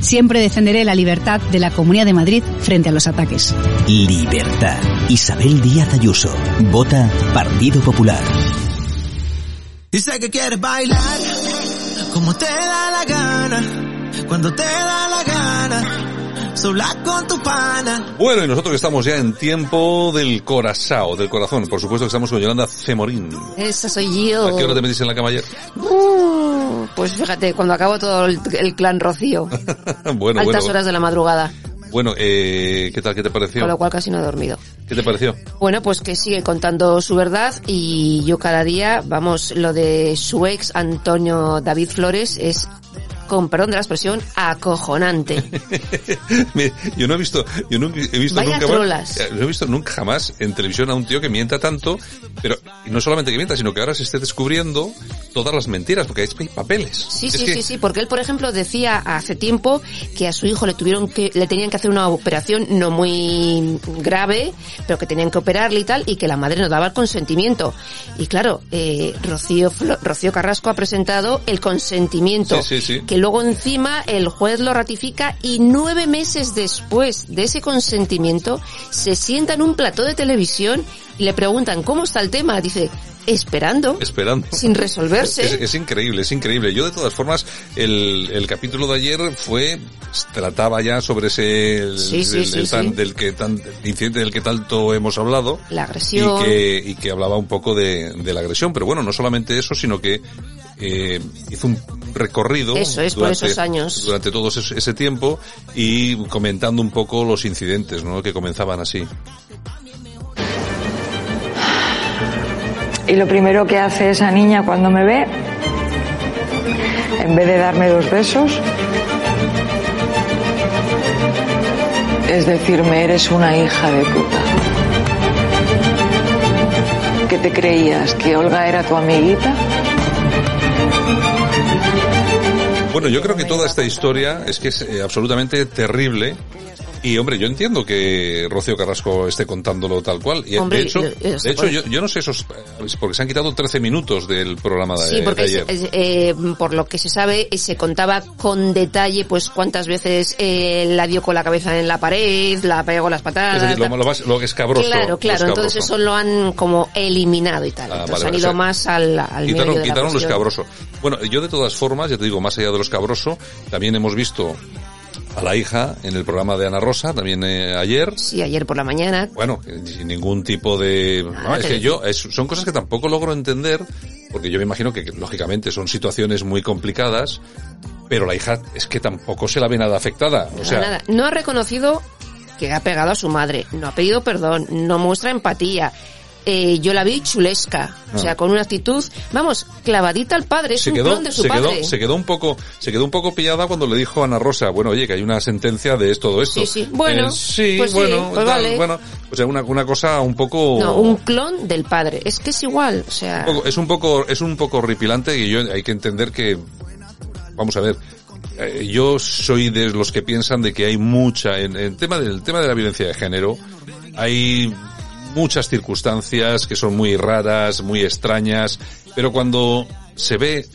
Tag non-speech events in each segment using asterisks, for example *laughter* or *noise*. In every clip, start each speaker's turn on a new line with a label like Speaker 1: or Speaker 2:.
Speaker 1: Siempre defenderé la libertad de la Comunidad de Madrid frente a los ataques.
Speaker 2: Libertad. Isabel Díaz Ayuso. Vota Partido Popular.
Speaker 3: Dice que quiere bailar como te da la gana, cuando te da la gana, sola con tu pana.
Speaker 4: Bueno, y nosotros que estamos ya en tiempo del corazao, del corazón. Por supuesto que estamos con Yolanda Cemorín.
Speaker 5: Esa soy yo.
Speaker 4: ¿A qué hora te metiste en la cama ayer?
Speaker 5: Uh, pues fíjate, cuando acabo todo el, el clan Rocío.
Speaker 4: *laughs* *laughs* bueno,
Speaker 5: Altas
Speaker 4: bueno.
Speaker 5: horas de la madrugada.
Speaker 4: Bueno, eh, ¿qué tal? ¿Qué te pareció?
Speaker 5: Con lo cual casi no he dormido.
Speaker 4: ¿Qué te pareció? *laughs*
Speaker 5: Bueno, pues que sigue contando su verdad y yo cada día, vamos, lo de su ex Antonio David Flores es, con perdón de la expresión, acojonante.
Speaker 4: *laughs* Me- yo no he visto, yo no he visto
Speaker 5: Vaya
Speaker 4: nunca
Speaker 5: trolas.
Speaker 4: más, eh, no he visto nunca jamás en televisión a un tío que mienta tanto, pero y no solamente que mienta, sino que ahora se esté descubriendo todas las mentiras, porque hay papeles.
Speaker 5: Sí,
Speaker 4: Es
Speaker 5: sí,
Speaker 4: que-
Speaker 5: sí, sí, porque él, por ejemplo, decía hace tiempo que a su hijo le tuvieron que, le tenían que hacer una operación no muy grave, pero que tenían que operarle y tal, y que la madre no daba el consentimiento. Y claro, eh, Rocío, Flo- Rocío Carrasco ha presentado el consentimiento,
Speaker 4: Sí, sí, sí.
Speaker 5: que luego encima el juez lo ratifica y nueve meses después de ese consentimiento se sienta en un plató de televisión y le preguntan cómo está el tema. Dice, esperando,
Speaker 4: Esperando.
Speaker 5: sin resolverse.
Speaker 4: Pues Es, es increíble, es increíble. Yo de todas formas, el, el capítulo de ayer fue, pues, trataba ya sobre ese, el-
Speaker 5: Sí, sí,
Speaker 4: el-
Speaker 5: sí,
Speaker 4: el tan-
Speaker 5: sí.
Speaker 4: del que tan, incidente del que tanto hemos hablado.
Speaker 5: La agresión.
Speaker 4: Y que, y que hablaba un poco de, de la agresión, pero bueno, no solamente eso, sino que eh, hizo un recorrido
Speaker 5: Eso es, por esos años.
Speaker 4: durante todo ese, ese tiempo y comentando un poco los incidentes ¿no? que comenzaban así.
Speaker 6: Y lo primero que hace esa niña cuando me ve, en vez de darme dos besos, es decirme, eres una hija de puta. ¿Qué te creías? ¿Que Olga era tu amiguita?
Speaker 4: Bueno, yo creo que toda esta historia es que es eh, absolutamente terrible. Y hombre, yo entiendo que Rocío Carrasco esté contándolo tal cual. Y eh,
Speaker 5: Hombre,
Speaker 4: de hecho,
Speaker 5: y- y- y-
Speaker 4: de hecho yo, yo no sé esos, eh, porque se han quitado 13 minutos del programa de,
Speaker 5: Sí, porque
Speaker 4: de ayer.
Speaker 5: es- es- eh, por lo que se sabe eh, se contaba con detalle pues cuántas veces eh, la dio con la cabeza en la pared, la pegó las patadas.
Speaker 4: Es decir, lo,
Speaker 5: tal.
Speaker 4: lo más, lo escabroso.
Speaker 5: claro,
Speaker 4: lo
Speaker 5: claro.
Speaker 4: escabroso.
Speaker 5: Entonces eso lo han como eliminado y tal.
Speaker 4: Ah,
Speaker 5: entonces
Speaker 4: vale,
Speaker 5: han
Speaker 4: vale,
Speaker 5: ido
Speaker 4: o sea,
Speaker 5: más al, al meollo
Speaker 4: quitaron,
Speaker 5: de la
Speaker 4: quitaron lo
Speaker 5: cuestión.
Speaker 4: escabroso. Bueno, yo de todas formas, ya te digo, más allá de lo escabroso, también hemos visto a la hija en el programa de Ana Rosa, también eh, ayer.
Speaker 5: Sí, ayer por la mañana.
Speaker 4: Bueno, eh, sin ningún tipo de...
Speaker 5: Nada
Speaker 4: es
Speaker 5: que
Speaker 4: que
Speaker 5: decir.
Speaker 4: yo, es- son cosas que tampoco logro entender, porque yo me imagino que, que, lógicamente son situaciones muy complicadas, pero la hija es que tampoco se la ve nada afectada. O sea,
Speaker 5: nada. No ha reconocido que ha pegado a su madre, no ha pedido perdón, no muestra empatía. Eh, yo la vi chulesca, o sea, con una actitud, vamos, clavadita al padre, es
Speaker 4: Ah. se
Speaker 5: un
Speaker 4: quedó,
Speaker 5: clon de su
Speaker 4: se quedó,
Speaker 5: padre.
Speaker 4: se quedó un poco, se quedó un poco pillada cuando le dijo a Ana Rosa, bueno, oye, que hay una sentencia de esto, todo esto. Eh,
Speaker 5: Sí, sí. Bueno,
Speaker 4: sí,
Speaker 5: pues sí,
Speaker 4: bueno,
Speaker 5: pues
Speaker 4: tal,
Speaker 5: vale.
Speaker 4: bueno, o sea, una, una cosa un poco,
Speaker 5: No, un clon del padre. Es que es igual, o sea,
Speaker 4: poco- es un poco, es un poco horripilante y yo hay que entender que, vamos a ver, eh, yo soy de los que piensan de que hay mucha, en el tema del tema de la violencia de género, hay muchas circunstancias que son muy raras, muy extrañas, pero cuando se ve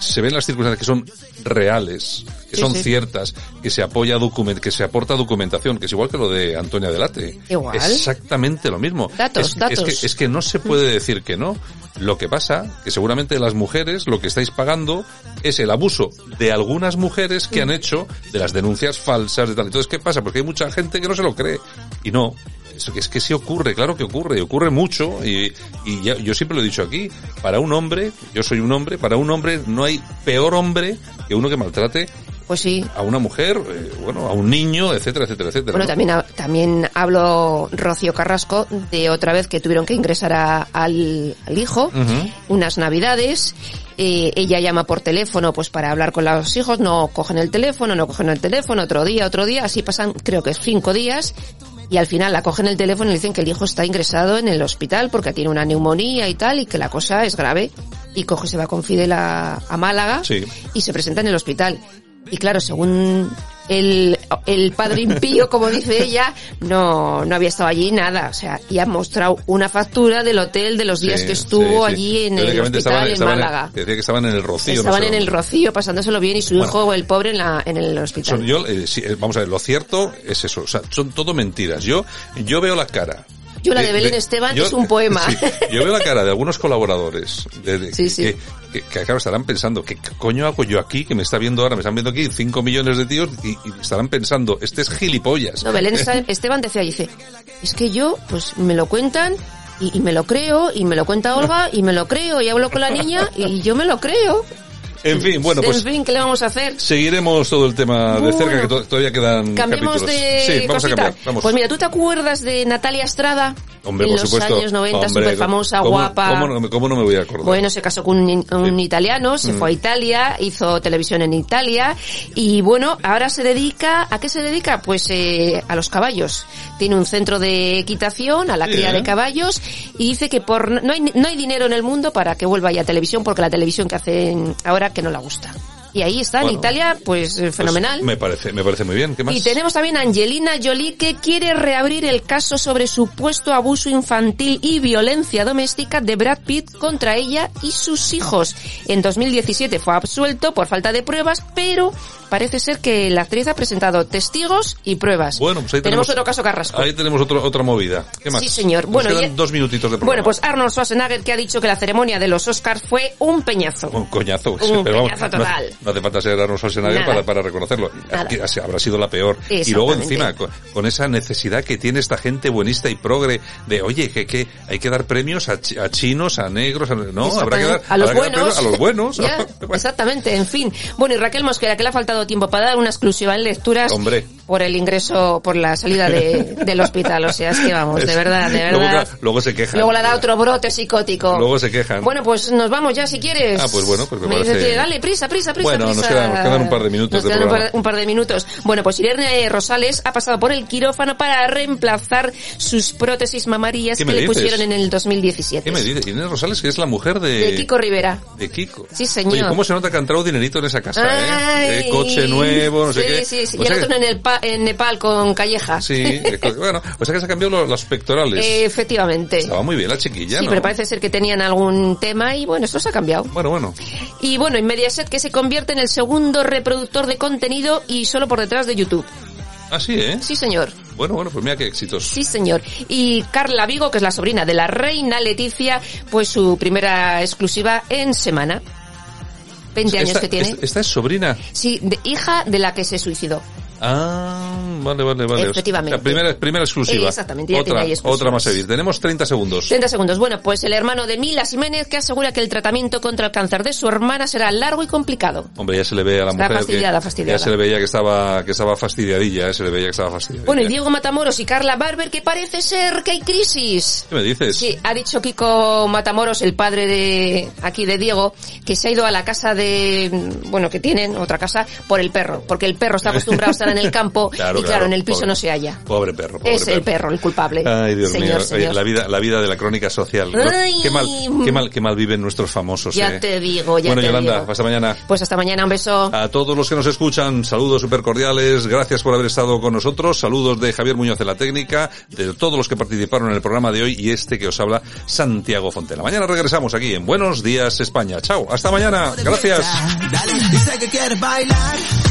Speaker 4: se ven las circunstancias que son reales, que
Speaker 5: Sí,
Speaker 4: son
Speaker 5: sí.
Speaker 4: ciertas, que se apoya document, que se aporta documentación, que es igual que lo de Antonia Delate.
Speaker 5: Igual.
Speaker 4: Exactamente lo mismo.
Speaker 5: Datos,
Speaker 4: es, es
Speaker 5: datos.
Speaker 4: que, es que no se puede decir que no. Lo que pasa, que seguramente las mujeres lo que estáis pagando es el abuso de algunas mujeres que han hecho de las denuncias falsas de tal. Entonces, ¿qué pasa? Porque hay mucha gente que no se lo cree. Y no. Es que, es que sí ocurre, claro que ocurre, y ocurre mucho, y, y ya- yo siempre lo he dicho aquí, para un hombre, yo soy un hombre, para un hombre no hay peor hombre que uno que maltrate
Speaker 5: Pues sí.
Speaker 4: a una mujer, eh, bueno, a un niño, etcétera, etcétera, etcétera.
Speaker 5: Bueno,
Speaker 4: ¿no?
Speaker 5: también, ha- también habló Rocío Carrasco de otra vez que tuvieron que ingresar a- al, al hijo,
Speaker 4: Ujú.
Speaker 5: unas navidades. eh, ella llama por teléfono pues para hablar con los hijos, no cogen el teléfono, no cogen el teléfono, otro día, otro día, así pasan creo que cinco días y al final la cogen el teléfono y le dicen que el hijo está ingresado en el hospital porque tiene una neumonía y tal y que la cosa es grave y coge se va con Fidel a, a Málaga
Speaker 4: Sí.
Speaker 5: y se presenta en el hospital. Y claro, según el, el padre impío, como dice ella, no, no había estado allí nada. O sea, y ha mostrado una factura del hotel de los días
Speaker 4: Sí,
Speaker 5: que estuvo
Speaker 4: sí, sí.
Speaker 5: allí en el hospital
Speaker 4: Teóricamente estaban-
Speaker 5: en
Speaker 4: estaban-
Speaker 5: Málaga.
Speaker 4: Decía que estaban en el rocío. no
Speaker 5: Estaban
Speaker 4: sé
Speaker 5: en el
Speaker 4: dónde.
Speaker 5: rocío pasándoselo bien y su
Speaker 4: Bueno.
Speaker 5: hijo, el pobre, en, la, en el hospital.
Speaker 4: Son- yo, eh, sí, eh, vamos a ver, lo cierto es eso. O sea, son todo mentiras. Yo, yo veo la cara.
Speaker 5: Yo la de Belén Esteban es un poema.
Speaker 4: *laughs* sí, yo veo la cara de algunos colaboradores de- de-
Speaker 5: Sí, sí.
Speaker 4: Que, que, que, claro, estarán pensando, ¿qué coño hago yo aquí? Que me está viendo ahora, me están viendo aquí 5 millones de tíos y, y estarán pensando, este es gilipollas.
Speaker 5: No,
Speaker 4: *laughs*
Speaker 5: Belén Esta- Esteban decía, dice, es que yo, pues me lo cuentan y, y me lo creo, y me lo cuenta Olga, y me lo creo, y hablo con la niña, y yo me lo creo.
Speaker 4: en fin, bueno, pues
Speaker 5: En fin, ¿qué le vamos a hacer?
Speaker 4: seguiremos todo el tema de cerca,
Speaker 5: Bueno.
Speaker 4: que to- todavía quedan
Speaker 5: Cambiemos
Speaker 4: Mm, capítulos.
Speaker 5: de
Speaker 4: sí, vamos
Speaker 5: cosita.
Speaker 4: a cambiar. Vamos.
Speaker 5: Pues mira, ¿tú te acuerdas de Natalia Estrada?
Speaker 4: Hombre,
Speaker 5: en
Speaker 4: por
Speaker 5: los
Speaker 4: supuesto.
Speaker 5: años 90,
Speaker 4: Hombre,
Speaker 5: súper famosa,
Speaker 4: ¿cómo-
Speaker 5: guapa.
Speaker 4: ¿cómo no, me- cómo no me voy a acordar? Pues
Speaker 5: Bueno, se casó con un, un
Speaker 4: Sí. Mm.
Speaker 5: italiano, se fue a Italia, hizo televisión en Italia y bueno, ahora se dedica, ¿a qué se dedica? Pues eh, a los caballos. Tiene un centro de equitación, a la
Speaker 4: Sí,
Speaker 5: cría
Speaker 4: ¿eh?
Speaker 5: de caballos y dice que por no hay, no hay dinero en el mundo para que vuelva ya a televisión porque la televisión que hacen ahora que no la gusta. Y ahí está,
Speaker 4: Bueno.
Speaker 5: en Italia, pues eh,
Speaker 4: Pues
Speaker 5: fenomenal.
Speaker 4: me parece, me parece muy bien. ¿Qué más?
Speaker 5: Y tenemos también a Angelina Jolie que quiere reabrir el caso sobre supuesto abuso infantil y violencia doméstica de Brad Pitt contra ella y sus hijos. En 2017 fue absuelto por falta de pruebas, pero parece ser que la actriz ha presentado testigos y pruebas.
Speaker 4: Bueno, pues ahí tenemos,
Speaker 5: tenemos, otro caso Carrasco.
Speaker 4: Ahí tenemos otro, otra movida. ¿Qué más?
Speaker 5: Sí, señor.
Speaker 4: Nos
Speaker 5: Bueno,
Speaker 4: quedan
Speaker 5: ya-
Speaker 4: dos minutitos de programa.
Speaker 5: Bueno, pues Arnold Schwarzenegger que ha dicho que la ceremonia de los Oscars fue un peñazo.
Speaker 4: Un coñazo.
Speaker 5: Un
Speaker 4: pero vamos,
Speaker 5: coñazo
Speaker 4: no-
Speaker 5: total.
Speaker 4: No, hace falta ser Arnold Schwarzenegger
Speaker 5: Nada.
Speaker 4: para, para reconocerlo.
Speaker 5: Nada.
Speaker 4: Que así Habrá sido la peor. Y
Speaker 5: Exactamente.
Speaker 4: luego encima, con, con esa necesidad que tiene esta gente buenista y progre de, oye, que, que hay que dar premios a, chi- a chinos, a negros, a, no, habrá que dar,
Speaker 5: a los
Speaker 4: habrá que dar
Speaker 5: buenos.
Speaker 4: premios a los
Speaker 5: *laughs*
Speaker 4: buenos.
Speaker 5: Ya,
Speaker 4: *laughs*
Speaker 5: exactamente, en fin. Bueno, y Raquel Mosquera, que le ha faltado tiempo para dar una exclusiva en lecturas.
Speaker 4: Hombre.
Speaker 5: Por el ingreso, por la salida de-
Speaker 4: *laughs*
Speaker 5: del hospital. O sea, es que vamos, de
Speaker 4: Es-
Speaker 5: verdad, de
Speaker 4: luego,
Speaker 5: verdad.
Speaker 4: claro, luego se quejan.
Speaker 5: Luego le da otro brote psicótico.
Speaker 4: Luego se quejan.
Speaker 5: Bueno, pues nos vamos ya si quieres.
Speaker 4: Ah, pues bueno, pues me
Speaker 5: dice,
Speaker 4: parece-
Speaker 5: tío, dale, prisa, prisa, prisa.
Speaker 4: Bueno, nos
Speaker 5: prisa.
Speaker 4: quedan- nos quedan un par de minutos
Speaker 5: Nos
Speaker 4: de
Speaker 5: quedan un par,
Speaker 4: programa.
Speaker 5: un par de minutos. Bueno, pues Irene Rosales ha pasado por el quirófano para reemplazar sus prótesis mamarias
Speaker 4: ¿Qué
Speaker 5: que
Speaker 4: me
Speaker 5: le
Speaker 4: dices?
Speaker 5: pusieron en el 2017.
Speaker 4: ¿Qué me dice? Inés Rosales, que es la mujer de...
Speaker 5: De Kiko Rivera.
Speaker 4: De Kiko.
Speaker 5: Sí, señor.
Speaker 4: Oye, ¿cómo se nota que ha entrado dinerito en esa casa, eh?
Speaker 5: Ay.
Speaker 4: De coche nuevo, no sé
Speaker 5: Sí,
Speaker 4: qué.
Speaker 5: Sí, sí,
Speaker 4: O
Speaker 5: Y
Speaker 4: sea
Speaker 5: el
Speaker 4: que-
Speaker 5: otro en, el pa- en Nepal con Calleja.
Speaker 4: Sí, de
Speaker 5: *laughs*
Speaker 4: co- bueno, o sea que se han cambiado lo- los pectorales.
Speaker 5: Efectivamente.
Speaker 4: Estaba muy bien la chiquilla,
Speaker 5: Eh, sí,
Speaker 4: ¿no?
Speaker 5: pero parece ser que tenían algún tema y bueno, esto se ha cambiado.
Speaker 4: Bueno, bueno.
Speaker 5: Y bueno, en Mediaset que se convierte en el segundo reproductor de contenido y solo por detrás de YouTube.
Speaker 4: Ah, sí, ¿eh?
Speaker 5: Sí, señor.
Speaker 4: Bueno, bueno, pues mira qué éxitos.
Speaker 5: Sí, señor. Y Carla Vigo, que es la sobrina de la reina Leticia, pues su primera exclusiva en semana. 20 años
Speaker 4: Esta-
Speaker 5: que tiene.
Speaker 4: es- Esta es sobrina.
Speaker 5: Sí, de- hija de la que se suicidó.
Speaker 4: Ah, vale, vale, vale.
Speaker 5: Efectivamente.
Speaker 4: La primera, primera exclusiva.
Speaker 5: Exactamente, ya
Speaker 4: otra,
Speaker 5: tiene ahí exclusivas.
Speaker 4: otra más Evis. Tenemos 30 segundos.
Speaker 5: 30 segundos. Bueno, pues el hermano de Mila Jiménez que asegura que el tratamiento contra el cáncer de su hermana será largo y complicado.
Speaker 4: Hombre, ya se le ve a la
Speaker 5: Está
Speaker 4: mujer.
Speaker 5: fastidiada,
Speaker 4: que,
Speaker 5: fastidiada.
Speaker 4: Ya se le veía que estaba, que estaba fastidiadilla, eh, se le veía que estaba fastidiadilla.
Speaker 5: Bueno, y Diego Matamoros y Carla Barber que parece ser que hay crisis.
Speaker 4: ¿Qué me dices?
Speaker 5: Sí, ha dicho Kiko Matamoros, el padre de aquí de Diego, que se ha ido a la casa de, bueno, que tienen otra casa por el perro, porque el perro está acostumbrado a estar *laughs* en el campo y claro, en el piso
Speaker 4: pobre-
Speaker 5: no se halla.
Speaker 4: Pobre perro. pobre
Speaker 5: es el perro el culpable.
Speaker 4: Ay, Dios
Speaker 5: señor,
Speaker 4: mío,
Speaker 5: señor.
Speaker 4: Oye, la vida, la vida de la crónica social. ¿no?
Speaker 5: Ay.
Speaker 4: Qué mal, qué mal, qué mal viven nuestros famosos.
Speaker 5: Ya
Speaker 4: eh.
Speaker 5: te digo, ya
Speaker 4: Bueno,
Speaker 5: te
Speaker 4: Yolanda,
Speaker 5: digo.
Speaker 4: hasta mañana.
Speaker 5: Pues hasta mañana, un beso.
Speaker 4: A todos los que nos escuchan, saludos súper cordiales, gracias por haber estado con nosotros, saludos de Javier Muñoz de la Técnica, de todos los que participaron en el programa de hoy y este que os habla, Santiago Fontela. Mañana regresamos aquí en Buenos Días España. Chao, hasta mañana, gracias.
Speaker 3: Dale, dice que quieres bailar,